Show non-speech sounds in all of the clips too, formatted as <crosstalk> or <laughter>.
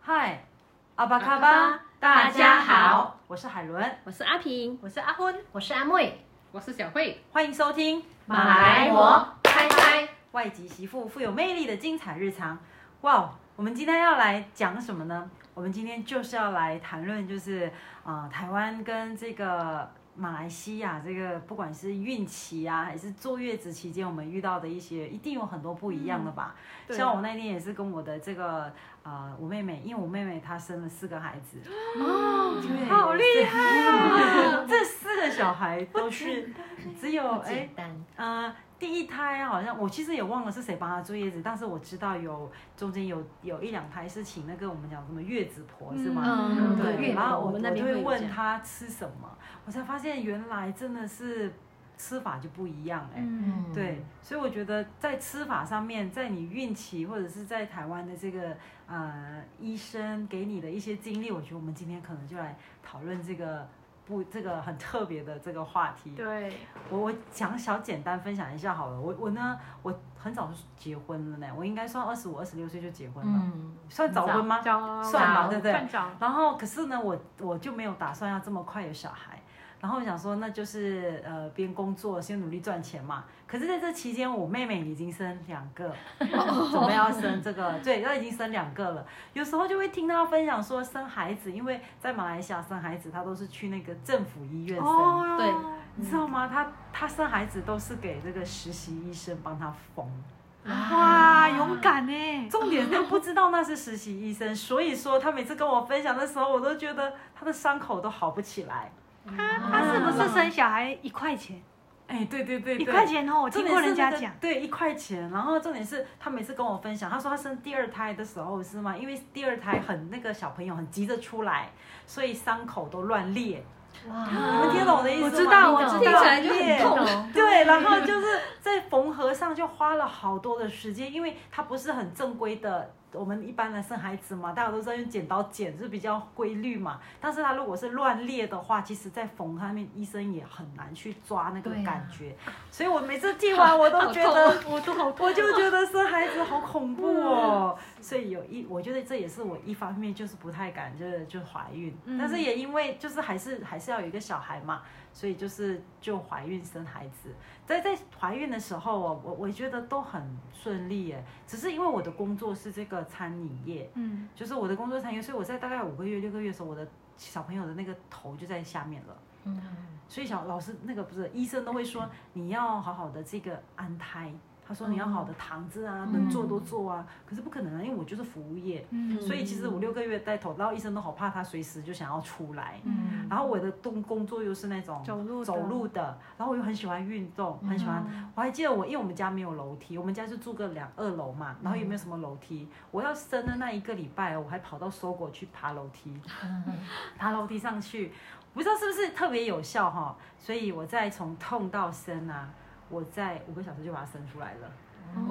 嗨，阿巴卡阿巴巴卡，巴大家好，我是海伦，我是阿平，我是阿昏，我是阿妹，我是小慧，欢迎收听《马来我模开开。外籍媳妇富有魅力的精彩日常》。哇哦，我们今天要来讲什么呢？我们今天就是要来谈论，就是啊、呃台湾跟这个马来西亚这个，不管是孕期啊，还是坐月子期间，我们遇到的一些，一定有很多不一样的吧。对啊像我那天也是跟我的这个呃我妹妹，因为我妹妹她生了四个孩子，哦，对好厉啊害！这四个小孩都是只有哎简单，呃，第一胎好像我其实也忘了是谁帮他坐月子，但是我知道有中间有有一两胎是请那个我们讲什么月子婆是吗？嗯对对，月然老后我我们那边就会会有问讲他吃什么，我才发现原来真的是吃法就不一样哎、嗯，对，所以我觉得在吃法上面，在你孕期或者是在台湾的这个呃医生给你的一些经历，我觉得我们今天可能就来讨论这个不这个很特别的这个话题。对，我我讲小简单分享一下好了，我我呢我很早就结婚了呢，我应该算二十五二十六岁就结婚了，嗯，算早婚吗？早算吧，早对不对？算早，然后可是呢，我我就没有打算要这么快有小孩。然后我想说，那就是呃，边工作先努力赚钱嘛。可是在这期间，我妹妹已经生两个，哦哦准备要生这个，对，她已经生两个了。有时候就会听她分享说，生孩子，因为在马来西亚生孩子，她都是去那个政府医院生，哦对你知道吗？她她生孩子都是给这个实习医生帮她缝。啊啊哇，勇敢欸呢，重点是他不知道那是实习医生，所以说他每次跟我分享的时候，我都觉得他的伤口都好不起来。他他是不是生小孩一块钱？哎，对对啊对一对，块钱哦，我重听点过是人家那个讲，对，一块钱。然后重点是他每次跟我分享，他说他生第二胎的时候是吗？因为第二胎很那个小朋友很急着出来，所以伤口都乱裂。哇你们听懂我的意思吗？我知道我知道听起来就很啊 <laughs> 痛。哦对，然后就是在缝合上就花了好多的时间，因为它不是很正规的。我们一般的生孩子嘛，大家都知道用剪刀剪是比较规律嘛，但是它如果是乱裂的话，其实在缝上面医生也很难去抓那个对啊感觉，所以我每次剃完我都觉得我都好痛，啊我就觉得生孩子好恐怖哦，所以有一，我觉得这也是我一方面就是不太敢，就是就怀孕，嗯但是也因为就是还是还是要有一个小孩嘛，所以就是就怀孕生孩子，在在怀孕的时候哦，我我觉得都很顺利耶，只是因为我的工作是这个餐饮业，嗯，就是我的工作餐饮，所以我在大概五个月六个月的时候，我的小朋友的那个头就在下面了。所以小老师那个不是医生都会说嗯你要好好的这个安胎，他说你要好的躺着啊，嗯能做都做啊，可是不可能啊，因为我就是服务业，嗯所以其实五六个月带头，然后医生都好怕他随时就想要出来，嗯然后我的工工作又是那种走路的嗯走路的，然后我又很喜欢运动，很喜欢。我还记得我，因为我们家没有楼梯，我们家就住个两二楼嘛，然后也没有什么楼梯。我要生的那一个礼拜哦，我还跑到搜狗去爬楼梯，爬楼梯上去，不知道是不是特别有效哈、所以我在从痛到生啊，我在五个小时就把它生出来了。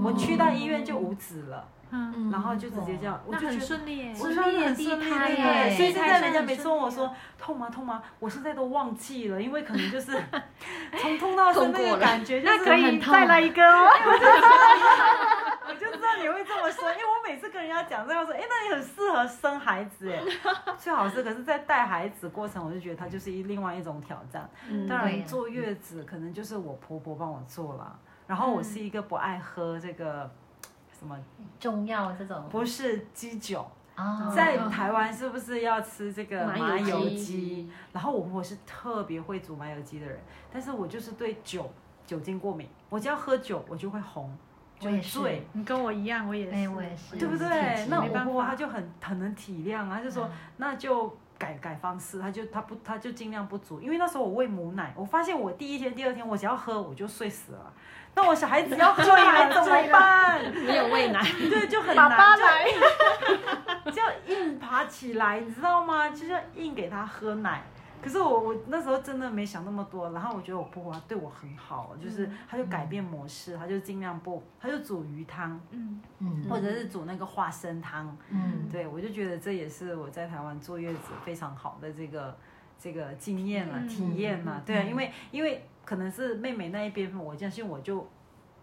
我去到医院就无子了，嗯，然后就直接这样，我那就觉很得。顺利耶，我算很顺利，对对，所以现在人家每次问我说痛吗痛吗，我现在都忘记了，因为可能就是哎 <laughs> 从痛到生那个感觉，就是那可以很痛再来一 <laughs> 个哦，我就知道你会这么说，因为我每次跟人家讲这样说，哎，那你很适合生孩子，哎，最好是，可是，在带孩子过程，我就觉得它就是一另外一种挑战。嗯当对然，呀坐月子可能就是我婆婆帮我做了，然后嗯我是一个不爱喝这个什么，中药这种不是鸡酒。啊在嗯哦台湾是不是要吃这个麻麻油油鸡鸡？然后我我是特别会煮麻油鸡的人，但是我就是对酒酒精过敏，我只要喝酒我就会红，就我也会是醉，你跟我一样，我也哎，是，我也是，对不体对？质那没我办婆婆法她就很很能体谅啊，她就说、嗯那就改改方式，她就她不她就尽量不煮，因为那时候我喂母奶，我发现我第一天第二天我只要喝我就睡死了，那我小孩子要喝还怎么办？没有喂奶，对，就很爸难，爸就来， <laughs> 就要硬爬起来，你知道吗？就是要硬给他喝奶。可是我我那时候真的没想那么多，然后我觉得我婆婆对我很好，就是她就改变模式，她就尽量不，她就煮鱼汤，嗯，嗯 <laughs> 或者是煮那个花生汤。嗯，对我就觉得这也是我在台湾坐月子非常好的这个这个经验啦、嗯体验啦。对啊，嗯因为因为可能是妹妹那一边，我相信我就。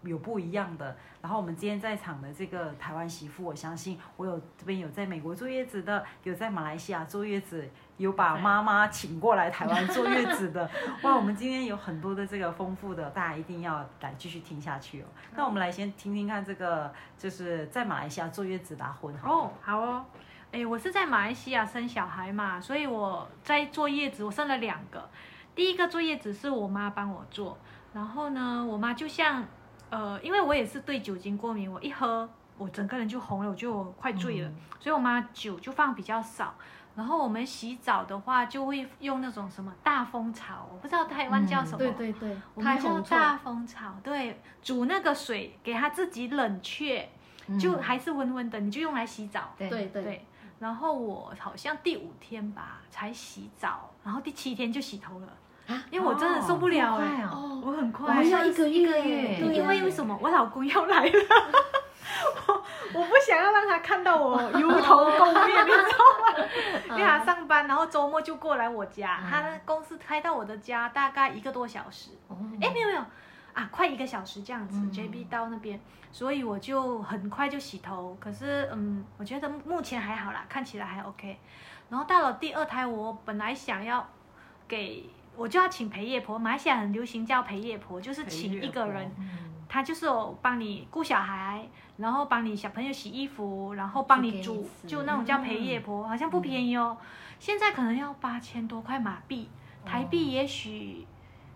有不一样的。然后我们今天在场的这个台湾媳妇，我相信我有这边有在美国坐月子的，有在马来西亚坐月子，有把对妈妈请过来台湾坐月子的。哇，我们今天有很多的这个丰富的，大家一定要来继续听下去哦。那我们来先听听看这个，就是在马来西亚坐月子打婚好哦了，好哦。哎，我是在马来西亚生小孩嘛，所以我在坐月子，我生了两个。第一个坐月子是我妈帮我做，然后呢，我妈就像呃，因为我也是对酒精过敏，我一喝我整个人就红了，我觉得我快醉嗯嗯了，所以我妈酒就放比较少。然后我们洗澡的话，就会用那种什么大蜂巢，我不知道台湾叫什么，嗯对对对，我太们叫红臭，大蜂巢，对，煮那个水给它自己冷却，嗯就还是温温的，你就用来洗澡。对对，对，然后我好像第五天吧才洗澡，然后第七天就洗头了，因为我真的受不了哎、快啊哦，哦，我很我好快，像一个月对对啊因为为什么我老公要来了， <laughs> 我我不想要让他看到 <laughs> 我油头垢面，你知道吗？因为他上班，然后周末就过来我家，嗯他的公司开到我的家大概一个多小时，哦哎，没有没有啊，快一个小时这样子、嗯 j b 到那边，所以我就很快就洗头。可是嗯，我觉得目前还好啦，看起来还 OK。然后到了第二胎，我本来想要给我就要请陪夜婆，马来西亚很流行叫陪夜婆，就是陪请夜一个婆人。嗯她就是有帮你顾小孩，然后帮你小朋友洗衣服，然后帮你煮给你煮，吃就那种叫陪夜婆，好像不便宜哦。现在可能要八千多块马币，台币也许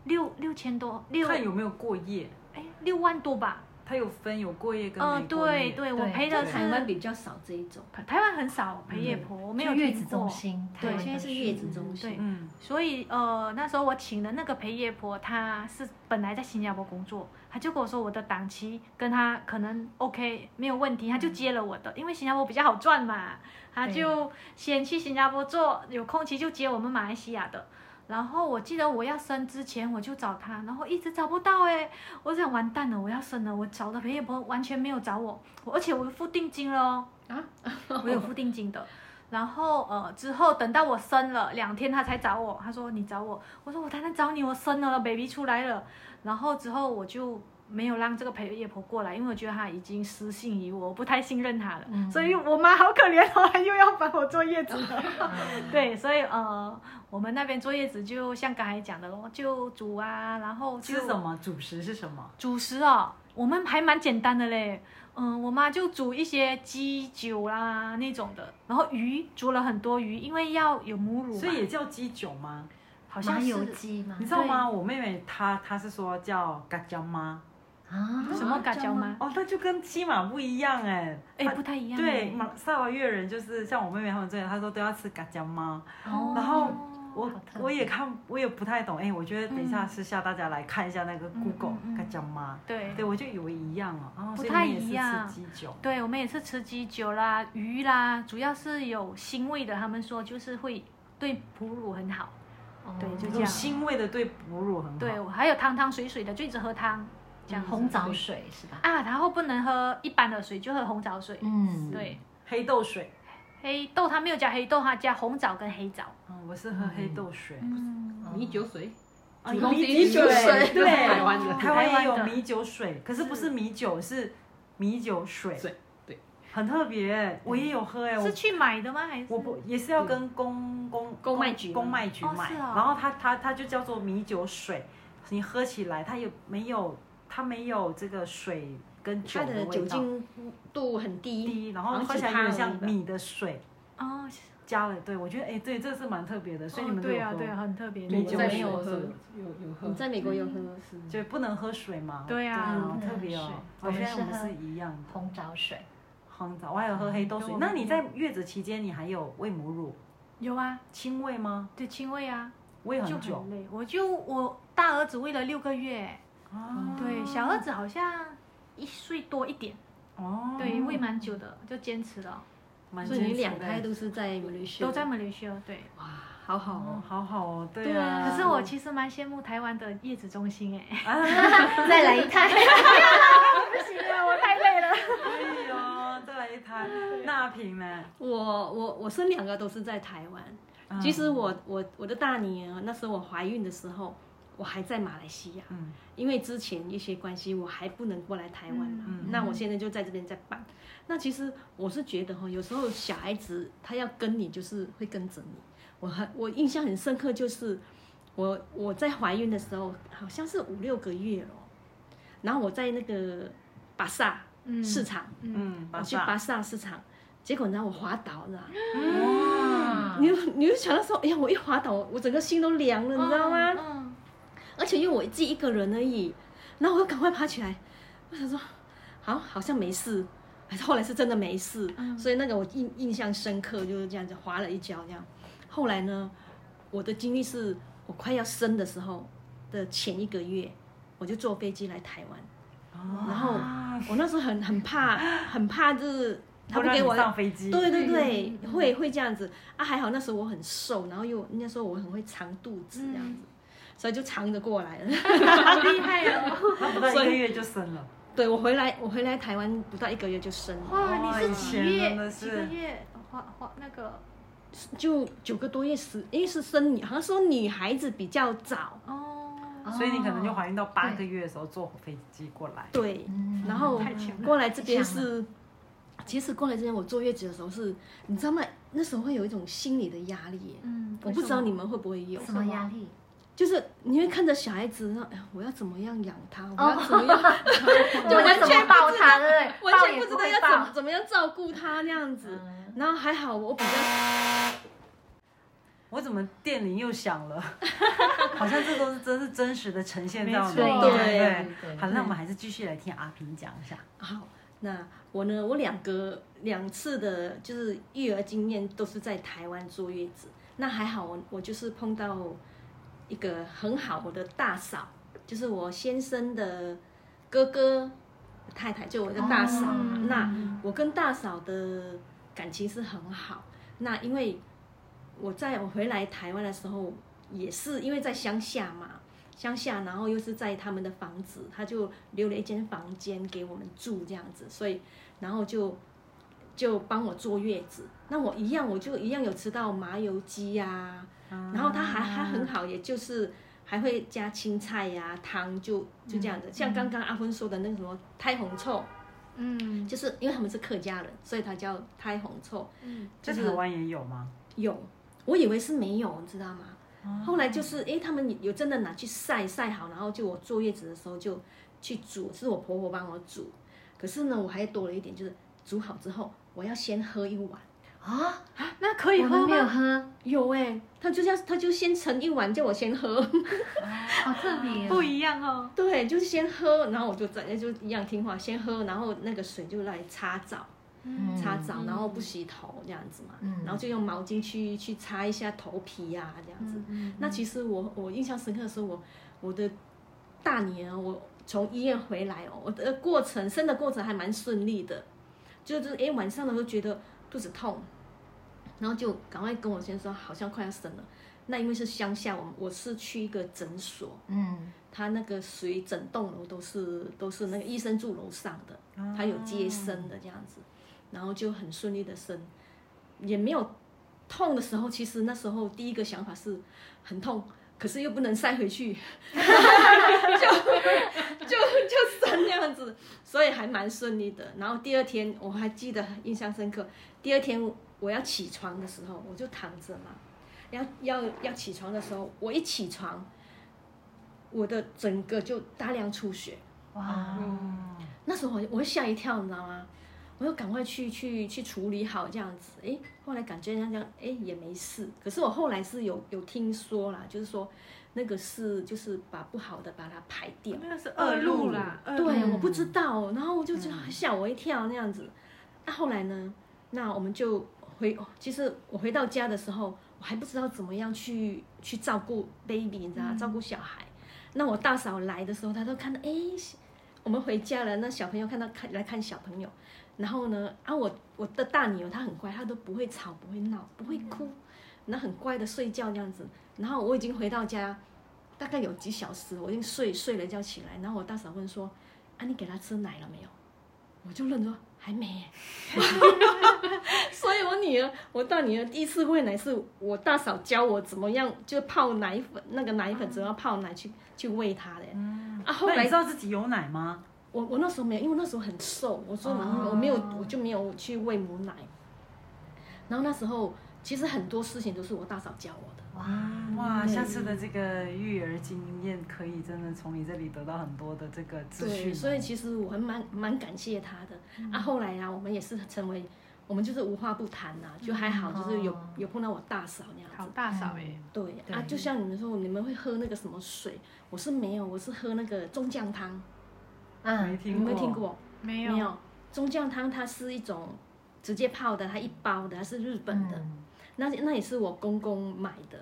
六六千多，六看有没有过夜，哎，六万多吧。它有分有过夜跟嗯，没过夜。对对，对我陪的就是台湾比较少这一种，台湾很少陪夜婆，我没有就月听子过中。心，对台湾现的在是是月子中对心，嗯，所以呃，那时候我请的那个陪夜婆，她是本来在新加坡工作，她就跟我说我的档期跟她可能 OK 没有问题，她就接了我的，因为新加坡比较好赚嘛，她就先去新加坡做，有空期就接我们马来西亚的。然后我记得我要生之前我就找她，然后一直找不到哎、我想完蛋了，我要生了，我找的陪夜婆完全没有找我，我而且我付定金了哦， <laughs> 啊，我有付定金的。然后呃，之后等到我生了两天，他才找我，他说你找我，我说我当然找你，我生了，baby 出来了。然后之后我就没有让这个陪夜婆过来，因为我觉得她已经失信于我，我不太信任她了。嗯所以我妈好可怜哦，她又要帮我 <laughs> 坐月子了。嗯对，所以呃，我们那边坐月子就像刚才讲的咯，就煮啊，然后就吃什么？主食是什么？主食哦，我们还蛮简单的嘞。嗯，我妈就煮一些鸡酒啦那种的，然后鱼煮了很多鱼，因为要有母乳嘛，所以也叫鸡酒吗？ <laughs> 好麻像是油鸡嘛你知道吗？我妹妹她她是说叫嘎椒妈，啊，什么嘎椒吗？哦，那就跟西马不一样哎、哎，她不太一样对，嘞。马萨瓦越人就是像我妹妹他们这样，她说都要吃嘎椒妈。哦，然后我我好特别我也看，我也不太懂。哎，我觉得等一下嗯私下大家来看一下那个嗯 Google 嗯嗯嘎椒妈，对对我就以为一样哦，哦不所以太你也是一样吃鸡酒。对，我们也是吃鸡酒啦、鱼啦，主要是有腥味的。他们说就是会对哺乳很好，哦对就这有样腥味的对哺乳很好。对，我还有汤汤水水的，就一直喝汤这样子。红枣对水是吧？啊，然后不能喝一般的水，就喝红枣水。嗯，对，黑豆水，黑豆它没有加黑豆，它加红枣跟黑枣。嗯，我是喝黑豆水，嗯，米酒水，啊哦主动米是一种水对，就是台湾的台湾也有台湾的米酒水，可是不是米酒，是米酒水，水对，很特别，我也有喝哎，我是去买的吗？还是我不也是要跟公公公卖局吗公卖局哦买，是哦然后它它它就叫做米酒水，你喝起来它也没有它没有这个水跟酒它的味酒道精度很低，低，然后喝起来有好点像像其他的米的水哦，是加了，对我觉得哎对，这是蛮特别的，所以你哦们都对有啊喝，对啊，很特别。米我酒在水没有我喝，有有喝你在美国有喝是？就不能喝水嘛，对啊好不能特别哦喝水，我现在我我们们是喝是一样的。红枣水，红枣，我还有喝黑豆水跟。我们那一你样在月子期间，你还有喂母乳有啊，亲喂吗？对亲喂啊，喂就很久很累。我就我大儿子喂了六个月，啊对，小儿子好像一岁多一点，哦，对，喂蛮久的，就坚持了，蛮所以你坚持两的胎都是在马来西亚，都在马来西亚。对，哇，好好哦哦，，好好哦，对对啊。啊可是 <laughs> 我其实蛮羡慕台湾的月子中心哎，再来一胎，不行了，我太累了。哎呦，再来一胎，那平呢？嗯我我我生两个都是在台湾。嗯其实我我我的大女儿那时候我怀孕的时候，我还在马来西亚，嗯因为之前一些关系我还不能过来台湾嘛。嗯那我现在就在这边在办。那其实我是觉得哈，有时候小孩子他要跟你，就是会跟着你。我还我印象很深刻，就是我我在怀孕的时候，好像是五六个月了，然后我在那个巴萨嗯市场，嗯，我巴去萨巴萨市场，结果你知道我滑倒了。哇你就你就想到说，哎呀，我一滑倒，我整个心都凉了，你知道吗？嗯而且因为我自己一个人而已，然后我又赶快爬起来，我想说，好，好像没事，还是后来是真的没事，嗯所以那个我印印象深刻，就是这样子滑了一跤这样。后来呢，我的经历是我快要生的时候的前一个月，我就坐飞机来台湾，哦然后我那时候很很怕，很怕就是他他不不给给我我上飞机，对对对嗯，嗯会会这样子啊，还好那时候我很瘦，然后又那时候我很会藏肚子这样嗯子，所以就藏着过来了。 <laughs> 嗯 <laughs> 好厉害哦！那不到一所以个月就生了，对我回来，我回来台湾不到一个月就生了，哇，你是几以前真月的几是个月花花那个就九个多月十，因为是生女，好像说女孩子比较早，哦，所以你可能就怀孕到八对个月的时候坐飞机过来。对，嗯啊然后太强了过来这边太强是。其实过来之前，我坐月子的时候是，你知道吗？那时候会有一种心理的压力耶，嗯，我不知道你们会不会有，什么压力？就是你会看着小孩子，那哎呀我要怎么样养他，我哦要怎么样 <laughs> <laughs> 就完完全全抱他，对不对？完抱全也不知道会要抱怎么怎么样照顾他那样子。嗯然后还好我比较我怎么电铃又响了？ <laughs> 好像这都是真是真实的呈现到没你，错对对对对对好，那我们还是继续来听阿平讲一下。好。啊那我呢，我两个两次的就是育儿经验都是在台湾坐月子。那还好我我就是碰到一个很好我的大嫂，就是我先生的哥哥太太，就我的大嫂。哦那我跟大嫂的感情是很好。那因为我在我回来台湾的时候，也是因为在乡下嘛，乡下，然后又是在他们的房子，他就留了一间房间给我们住这样子，所以然后就就帮我坐月子。那我一样，我就一样有吃到麻油鸡呀、然后他还还很好，也就是。还会加青菜呀、汤就就这样子，像刚刚阿芬说的那个什么胎红臭，嗯就是因为他们是客家人，所以它叫胎红臭。嗯在就是台湾也有吗？有，我以为是没有，你知道吗？后来就是，诶，他们有真的拿去晒晒好，然后就我坐月子的时候就去煮，是我婆婆帮我煮。可是呢，我还多了一点，就是煮好之后，我要先喝一碗。啊，那可以我喝们没有吗？喝，有诶，他就要他就先盛一碗叫我先喝，好特别不哦。一样 <laughs> 哦，对，就是先喝，然后我就在就一样听话，先喝，然后那个水就来擦澡，嗯擦澡，嗯然后不洗头这样子嘛，嗯然后就用毛巾去去擦一下头皮呀、这样子。嗯那其实我我印象深刻的是我我的大年啊我从医院回来哦，我的过程生的过程还蛮顺利的，就是诶晚上的时候觉得肚子痛，然后就赶快跟我先生说好像快要生了。那因为是乡下，我我是去一个诊所，嗯，他那个属于整栋楼都是都是那个医生住楼上的，他有接生的这样子，然后就很顺利的生，也没有痛的时候。其实那时候第一个想法是很痛，可是又不能塞回去， <laughs> 就就就生这样子，所以还蛮顺利的。然后第二天我还记得印象深刻，第二天我要起床的时候，我就躺着嘛，要要要起床的时候，我一起床。我的整个就大量出血，啊哇，哦那时候我我吓一跳，你知道吗？我又赶快去去去处理好这样子，诶，后来感觉像这样，诶，也没事。可是我后来是有有听说啦，就是说那个是就是把不好的把它排掉，那个是恶露啦，恶露对，嗯我不知道，然后我就觉得吓我一跳那样子。那、后来呢？那我们就回，哦其实我回到家的时候，我还不知道怎么样去去照顾 baby，你知道吗，嗯照顾小孩。那我大嫂来的时候，她都看到，哎，我们回家了，那小朋友看到看来看小朋友，然后呢，啊，我我的大女儿她很乖，她都不会吵，不会闹，不会哭，那很乖的睡觉这样子。然后我已经回到家，大概有几小时，我已经睡睡了一觉起来，然后我大嫂问说：“啊，你给他吃奶了没有？”我就愣着说：“还没耶。 <laughs> 所以我女儿，我大女儿第一次喂奶是我大嫂教我怎么样，就泡奶粉，那个奶粉怎么样泡奶去去喂她的。啊，后嗯那你来知道自己有奶吗？我我那时候没有，因为我那时候很瘦，我说我、哦我没有，我就没有去喂母奶。然后那时候其实很多事情都是我大嫂教我的。哇，哇，对下次的这个育儿经验可以真的从你这里得到很多的这个资讯对，哦。所以其实我还蛮蛮感谢他的、啊。后来啊，我们也是成为，我们就是无话不谈呐、就还好，就是有、哦有碰到我大嫂那样好子。大嫂哎，对对啊，就像你们说，你们会喝那个什么水，我是没有，我是喝那个中酱汤，没嗯，你听过，们有没有听过？没没有，中酱汤它是一种直接泡的，它一包的，它是日本的。嗯那那也是我公公买的，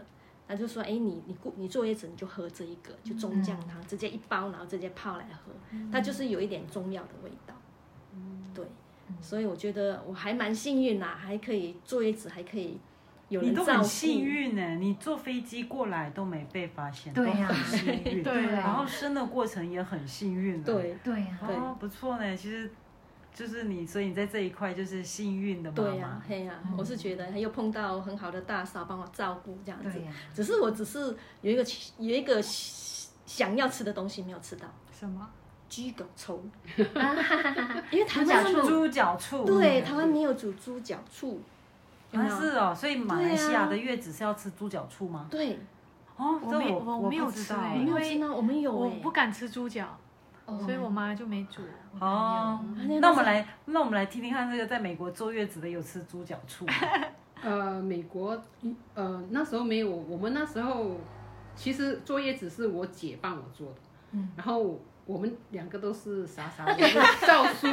他就说：“哎，你你过你坐月子你就喝这一个，就中酱汤，直接一包，然后直接泡来喝，它就是有一点中药的味道。”对，嗯所以我觉得我还蛮幸运啦，还可以坐月子，还可以有你人都照很顾。幸运呢、你坐飞机过来都没被发现，对呀都很幸 <laughs> 运。对啊然后生的过程也很幸运、，啊对对啊呀，对哦，不错呢、其实就是你，所以你在这一块就是幸运的妈对啊妈。呀、嘿呀、我是觉得又碰到很好的大嫂帮我照顾这样子对。啊呀，只是我只是有一个有一个想要吃的东西没有吃到，什么？鸡狗抽，因为台猪脚湾醋猪脚醋，对，台湾没有煮猪脚醋，有啊没有是哦，所以马来西亚对啊的月子是要吃猪脚醋吗？对，啊哦，我这没我我没有不知吃道欸欸没因有为吃到，我们有我哎不敢吃猪脚，哦所以我妈就没煮。啊哦，那我们来，那我们来听听看这个在美国坐月子的有吃猪脚醋吗，呃，美国，呃，那时候没有，我们那时候其实作业只是我姐帮我做的，嗯，然后我们两个都是傻傻的就是照书，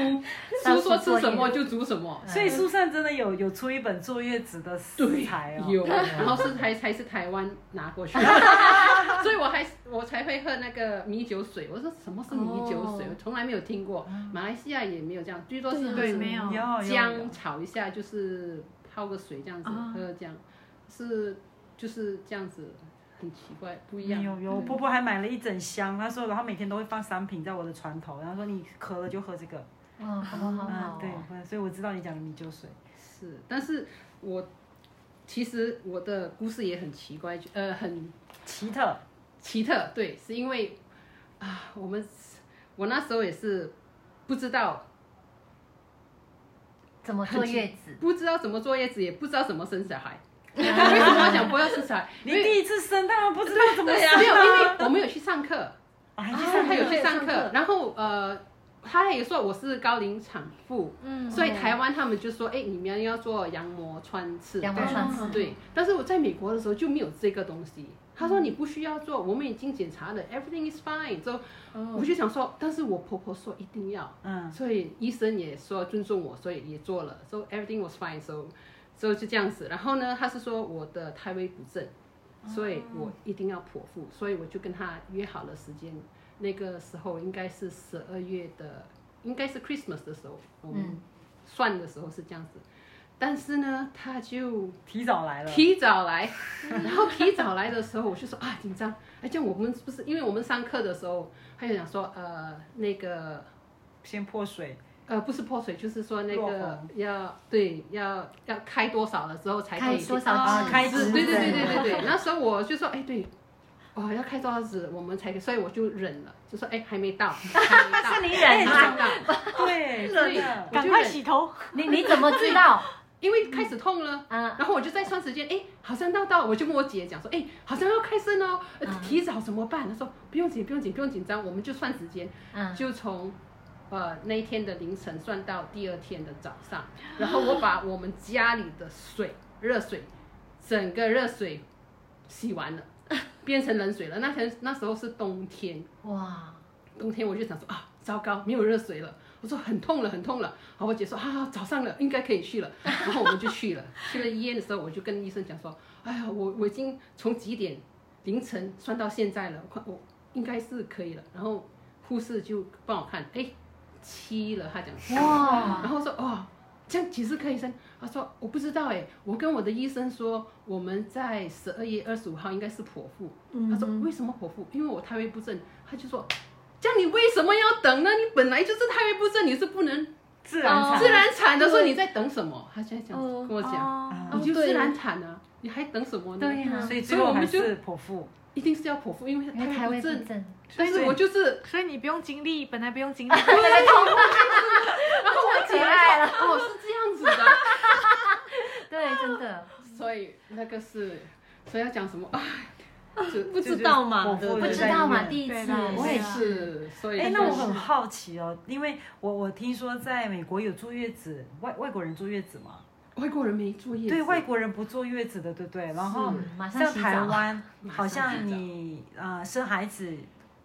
照书书说作吃业什么就煮什么，所以苏珊真的有有出一本坐月子的食材哦，有， <laughs> 然后是还还是台湾拿过去，所以我还我才会喝那个米酒水。我说什么是米酒水？哦我从来没有听过，马来西亚也没有这样，最多是对，啊没有。有有有姜炒一下，就是泡个水这样子啊喝，这样是就是这样子，很奇怪，不一样。有有，我嗯婆婆还买了一整箱，她说，然后每天都会放三瓶在我的床头，然后说你渴了就喝这个，哇，好好好嗯，哦，对，所以我知道你讲的米酒水，是，但是我其实我的故事也很奇怪，就呃，很奇特，奇特，对，是因为啊，我们我那时候也是不知道怎么坐月子？不知道怎么坐月子，也不知道怎么生小 <laughs> 孩。为什么要讲不要生小孩？你因为第一次生当然不知道怎么对生呀、 <laughs> 没有，因啊，为我们有去上课，啊还啊去上课他有去上上课课，然后呃，他也说我是高龄产妇，嗯，所以台湾他们就说，哎，你们要做羊膜穿刺，嗯两毛对穿刺，对。但是我在美国的时候就没有这个东西。他说你不需要做，我们已经检查了，everything is fine。之后我就想说，但是我婆婆说一定要，嗯，所以医生也说尊重我，所以也做了，so everything was fine，so so 就这样子。然后呢，他是说我的胎位不正，所以我一定要剖腹，所以我就跟他约好了时间，那个时候应该是十二月的，应该是 Christmas 的时候，我们嗯算的时候是这样子。但是呢，他就提早来了，提早来，然后提早来的时候，我就说啊紧张，而且我们是不是因为我们上课的时候，他就讲说呃那个先泼水，呃，不是泼水，就是说那落个红要对要要开多少了之后才可开以多去少啊次？开是支对对对对对对。那时候我就说，哎，对，哦，要开多少子我们才可以，所以我就忍了，就说哎还没到， <laughs> 还没到，你忍还啊？没到， <laughs> 对，所以真的，我赶就快忍，洗头。你你怎么知道？因为开始痛了。啊，然后我就在算时间，哎，好像到到，我就跟我姐讲说，哎，好像要开生哦，呃嗯提早怎么办？她说不用紧，不用紧，不用紧张，我们就算时间。嗯，就从呃那一天的凌晨算到第二天的早上，然后我把我们家里的水热水，整个热水洗完了，变成冷水了。那天那时候是冬天，哇，冬天我就想说啊，糟糕，没有热水了。我说很痛了，很痛了。好，我姐说啊，早上了，应该可以去了。然后我们就去了。 <laughs> 去了医院的时候，我就跟医生讲说，哎呀，我我已经从几点凌晨算到现在了，我快我应该是可以了。然后护士就帮我看，哎，七了，他讲。然哇，后说哦，这样几时可以生？他说我不知道哎，我跟我的医生说，我们在十二月二十五号应该是剖腹。嗯他说为什么剖腹？因为我胎位不正。他就说，这样你为什么要等呢？你本来就是胎位不正，你是不能自然哦产自然产的时候你在等什么？他现在这样子哦跟我讲，啊你就对自然产啊，你还等什么嗯呢？对呀、所以所最以我后还们就是剖腹。一定是要剖腹，因为因为胎胎位位不不正。正，但是我就是所以你不用经历，本来不用经历，可爱了，哦，是这样子的， <laughs> 对，真的，所以那个是，所以要讲什么？哎，就不知道嘛就是对不不对剖腹知在医道嘛，院第一次对啦，我也对啊是，所以哎、那就是我很好奇哦，因为我我听说在美国有坐月子，外外国人坐月子嘛，外国人没坐月子，对，外国人不坐月子的，对不对？然后是哦马上像洗台澡，湾，马上好洗像澡你呃生孩子，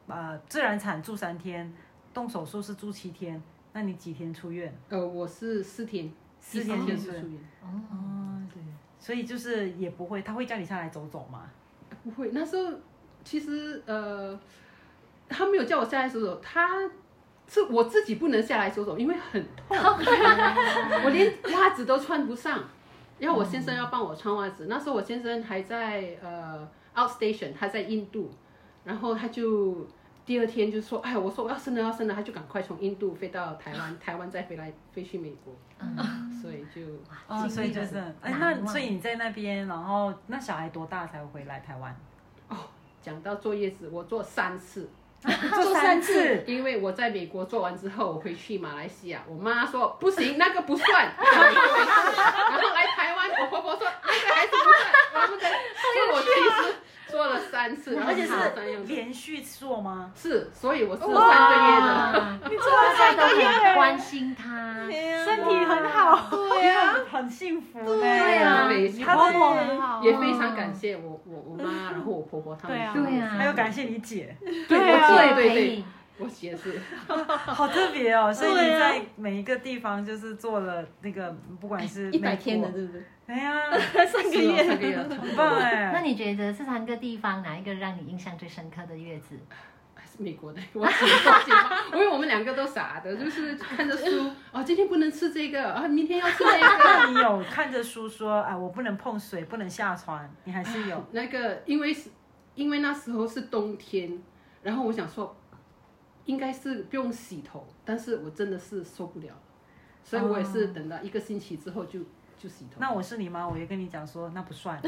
呃自然产住三天，动手术是住七天，那你几天出院？呃，我是四天，四第天四就天是是住。院，哦，哦，对，所以就是也不会，他会叫你下来走走嘛。不会，那时候其实呃，他没有叫我下来手手，他是我自己不能下来手手，因为很痛，我连袜子都穿不上，要我先生要帮我穿袜子。那时候我先生还在呃 outstation，他在印度，然后他就。第二天就说，哎，我说我要生了，要生了，他就赶快从印度飞到台湾，台湾再飞来飞去美国，嗯，所以就哦，所以就是，哎，那难忘所以你在那边，然后那小孩多大才会回来台湾？讲到坐月子，我坐三次，做三次，因为我在美国做完之后，我回去马来西亚，我妈说不行，那个不 <laughs> 算，然后又回去然后来台湾，我婆婆说那个还是不算，然后再，所以我其实做了三次，然后而且做了三样是子连续做吗？是，所以我是三个哇，你做大家都很关心他，身身体很， <laughs> 好，对呀，很幸福呢。对啊月的，你对婆婆啊，婆很好，也非常感谢我我我妈，然后我婆婆他们，对啊对呀，还有感谢你姐，对啊对对陪对你，，我姐是好特别哦。所以你对啊在每一个地方就是做了那个，不管是一百美国天的，，对不对？哎呀，三个是哦三个月，月了，很棒那哎。你觉得这三个地方哪一个让你印象最深刻的月子？还是美国的，我姐我姐妈，因为我们两个都傻的，就是看着书，哦，今天不能吃这个，啊，明天要吃那个。那你有看着书说，哎，我不能碰水，不能下船，你还是 <laughs> 有。那个，因为是，因为那时候是冬天，然后我想说，应该是不用洗头，但是我真的是受不了了，所以我也是等到一个星期之后就就洗头。那我是你妈，我也跟你讲说，那不 <laughs> 算。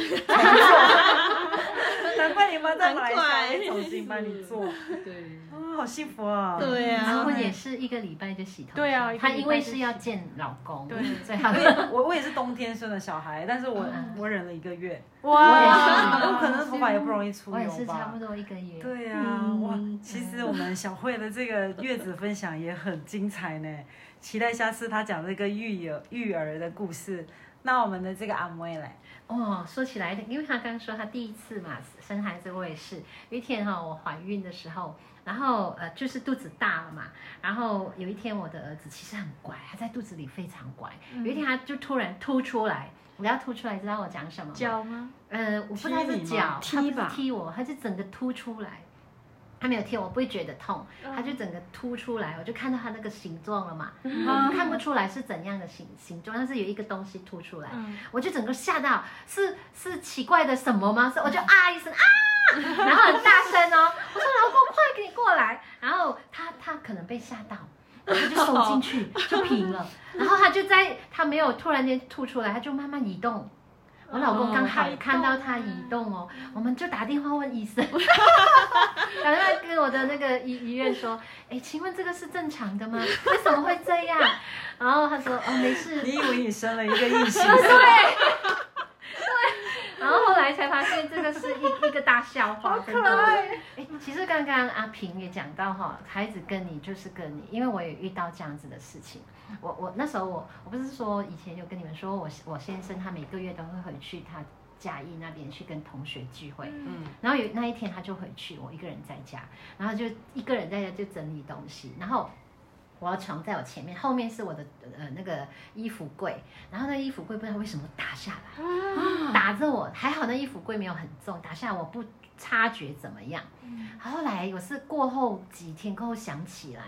难怪你妈在马来西亚会重新帮你做，啊、对，好幸福啊！对然呀后，也是一个礼拜就洗头，对啊一个她礼拜因为就是要见老公，对所以 <laughs> 她我我也是冬天生的小孩，但是我、嗯我忍了一个月，哇，我可能头发也不容易出我也是油差吧不。多一个月，对呀、嗯哇！其实我们小慧的这个月子分享也很精彩呢，期待下次她讲这个育儿育儿的故事。那我们的这个阿妹嘞，哦，说起来，因为她刚说她第一次嘛生孩子，我也是有一天哈、我怀孕的时候，然后呃就是肚子大了嘛，然后有一天我的儿子其实很乖，他在肚子里非常乖，嗯有一天他就突然凸出来，我要凸出来，知道我讲什么吗？脚吗？呃，我不知道踢是你吗脚，踢他不是吧踢我，他就整个凸出来。他没有踢我，我不会觉得痛，他就整个凸出来，我就看到他那个形状了嘛，嗯看不出来是怎样的形形状，但是有一个东西凸出来，嗯，我就整个吓到，是是奇怪的什么吗？是我就啊一声啊，然后很大声哦，我说老公快给你过来，然后他他可能被吓到。然后就收进去，就平了。然后他就在，他没有突然间吐出来，他就慢慢移动。我老公刚好哦看到他移动哦，我们就打电话问医生，打电话跟我的那个医医院说，哎，请问这个是正常的吗？为什么会这样？然后他说，哦，没事，你以为你生了一个异 <laughs> 性？然后后来才发现这个是一一个大笑话，真的。哎，其实刚刚阿平也讲到哈，孩子跟你就是跟你，因为我也遇到这样子的事情。我我那时候我我不是说以前有跟你们说，我我先生他每个月都会回去他嘉义那边去跟同学聚会，嗯，然后有那一天他就回去，我一个人在家，然后就一个人在家就整理东西，然后我的床在我前面，后面是我的呃那个衣服柜，然后那衣服柜不知道为什么打下来，啊打着我，还好那衣服柜没有很重，打下来我不察觉怎么样。后来我是过后几天过后想起来，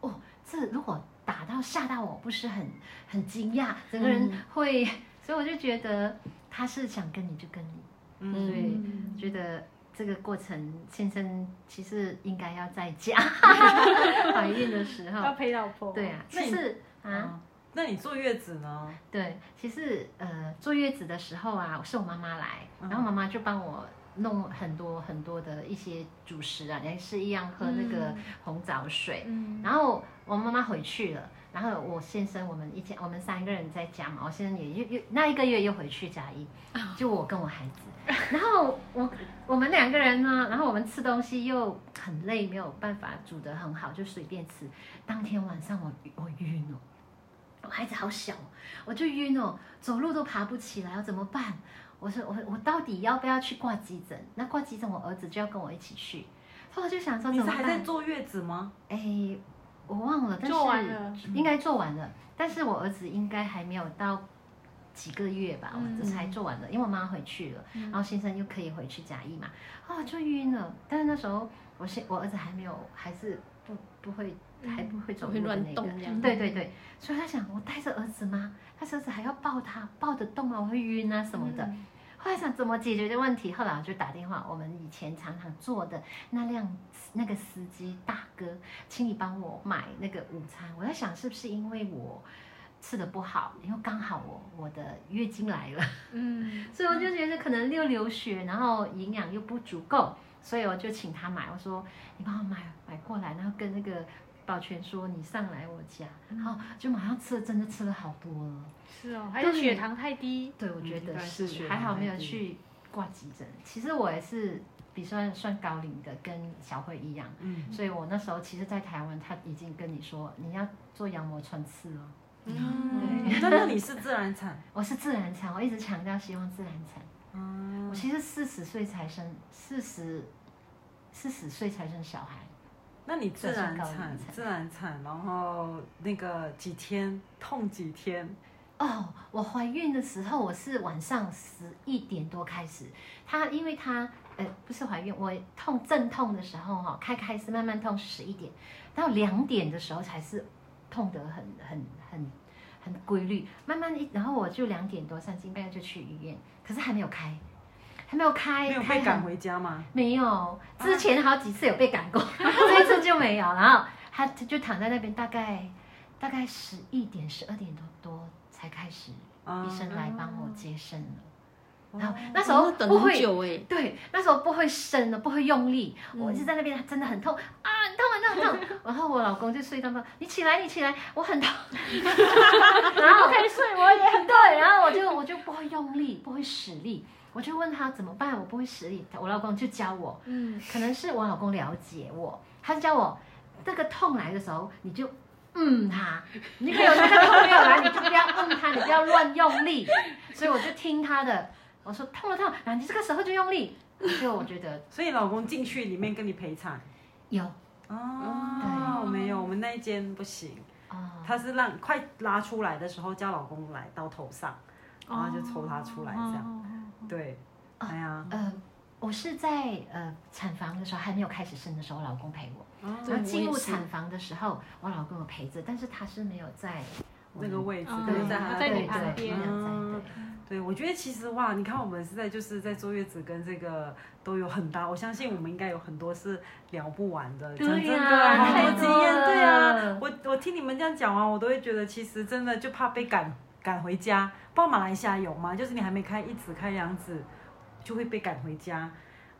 哦，这如果打到吓到我，不是很很惊讶，整个人会，所以我就觉得他是想跟你就跟你，嗯对。嗯觉得这个过程，先生其实应 <laughs> 该要在家，怀孕的时要候，陪老婆，对啊，哦那就你是啊，嗯那你坐月子呢？对，其实呃，坐月子的时候啊，是我妈妈来，嗯然后妈妈就帮我弄很多很多的一些主食啊，也是一样喝那嗯个红枣水。嗯，然后我妈妈回去了，然后我先生我们一家我们三个人在家嘛，我先生也又又那一个月又回去嘉义，就我跟我孩子，然后我我们两个人呢，然后我们吃东西又很累，没有办法煮得很好，就随便吃。当天晚上我我晕哦。我孩子好小，我就晕哦，走路都爬不起来，我怎么办？我说我我到底要不要去挂急诊？那挂急诊，我儿子就要跟我一起去，所以我就想说你怎是么办？还在坐月子吗？哎，我忘了，但做完是了，应该做完了，但是我儿子应该还没有到几个月吧，嗯我才做完了，因为我妈回去了，然后先生又可以回去甲乙嘛，啊、我就晕了，但是那时候我先我儿子还没有，还是不不会嗯还不会走就路会的乱那个，动这样。对对对，所以他想我带着儿子吗？他儿子还要抱他，抱得动吗？我会晕啊什么嗯的。后来想怎么解决这问题，后来我就打电话，我们以前常常坐的那辆那个司机大哥，请你帮我买那个午餐。我在想是不是因为我吃的不好，因为刚好我我的月经来了，嗯，所以我就觉得可能又流血，然后营养又不足够，所以我就请他买。我说你帮我买买过来，然后跟那个保全说你上来我家，然后就马上吃了，真的吃了好多了。是哦，还是血糖太低，对，我觉嗯应得该是是还好没有蛮低去挂急诊。其实我也是比算算高龄的，跟小慧一样，嗯，所以我那时候其实，在台湾他已经跟你说你要做羊膜穿刺了。嗯那那你是自然产？我是自然产，我一直强调希望自然产。嗯我，其实四十岁才生，四十四十岁才生小孩，那你自然这是高产龄，产自然产，然后那个几天痛几天，哦，我怀孕的时候我是晚上十一点多开始，她因为她呃不是怀孕，我痛阵痛的时候哈、开开始慢慢痛十一点，到两点的时候才是痛得很很很很规律，慢慢一然后我就两点多三更半夜就去医院，可是还没有开，还没有开，没有开被很赶回家吗？没有，之前好几次有被赶过，这一次就没有。然后他就躺在那边，大概大概十一点、十二点多多才开始，啊医生来帮我接生了。然后哦那时然候后不等很会，久哎，对，那时候不会生了，不会用力，我一嗯直在那边真的很痛啊，很痛很痛很 <laughs> 痛。然后我老公就睡到那，你起来你起来，我很痛。然后可以睡，我也很对，然后我就我就不会用力，不会使力，我就问他怎么办，我不会使力，我老公就教我。嗯，可能是我老公了解我，他就叫我这个痛来的时候，你就嗯他，你可以有那个痛没有来，你就不要嗯他，你不要乱用力。所以我就听他的，我说痛了痛了，然后你这个时候就用力。就我觉得所以老公进去里面跟你陪产。有哦，没有，我们那一间不行，啊、他是让快拉出来的时候叫老公来到头上，然后哦就抽他出来这样。样，对，哦哎呀，呃，我是在呃产房的时候还没有开始生的时候，我老公陪我。哎对然后进我入也是产房的时候，我老公有陪着，但是他是没有在我那个位置嗯可哦对能在他他在的你旁头边上对对对嗯对对，我觉得其实哇，你看我们是在就是在坐月子跟这个都有很大，我相信我们应该有很多是聊不完的。讲真嗯对啊的，呀好太多多经验，对啊了，我我听你们这样讲完，我都会觉得其实真的就怕被赶赶回家。不知道马来西亚有吗？就是你还没开一指开两指，就会被赶回家。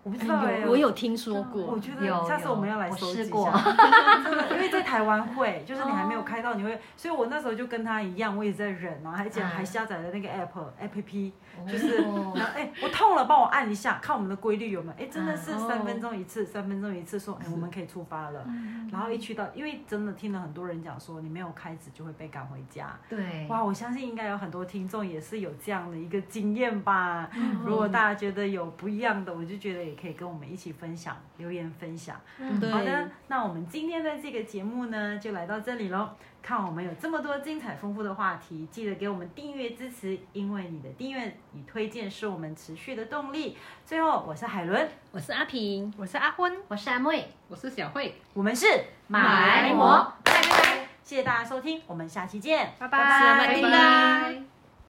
我不知道哎、有欸我有听说过我，觉有得下次我们要来有收我集试一下，<laughs> <laughs> 过哦真的，因为在台湾会，就是你还没有开到，你会，所以我那时候就跟他一样，我也在忍啊，而且嗯还下载了那个 app app，对，就是哦然后哎，我痛了，帮我按一下，看我们的规律有没有？哎，真的是嗯三分钟一次，三分钟一次，说哎，我们可以出发哦了。嗯然后一去到，因为真的听了很多人讲说，你没有开始就会被赶回家。对，哇，我相信应该有很多听众也是有这样的一个经验吧。哦嗯如果大家觉得有不一样的，我就觉得也可以跟我们一起分享，留言分享。对，好的，那我们今天的这个节目呢，就来到这里喽。看我们有这么多精彩丰富的话题，记得给我们订阅支持，因为你的订阅与推荐是我们持续的动力。最后，我是海伦，我是阿平。我是阿昏，我是阿妹，我是小慧，我们是马来马魔，拜拜拜，谢谢大家收听，我们下期见。拜拜拜，拜拜拜。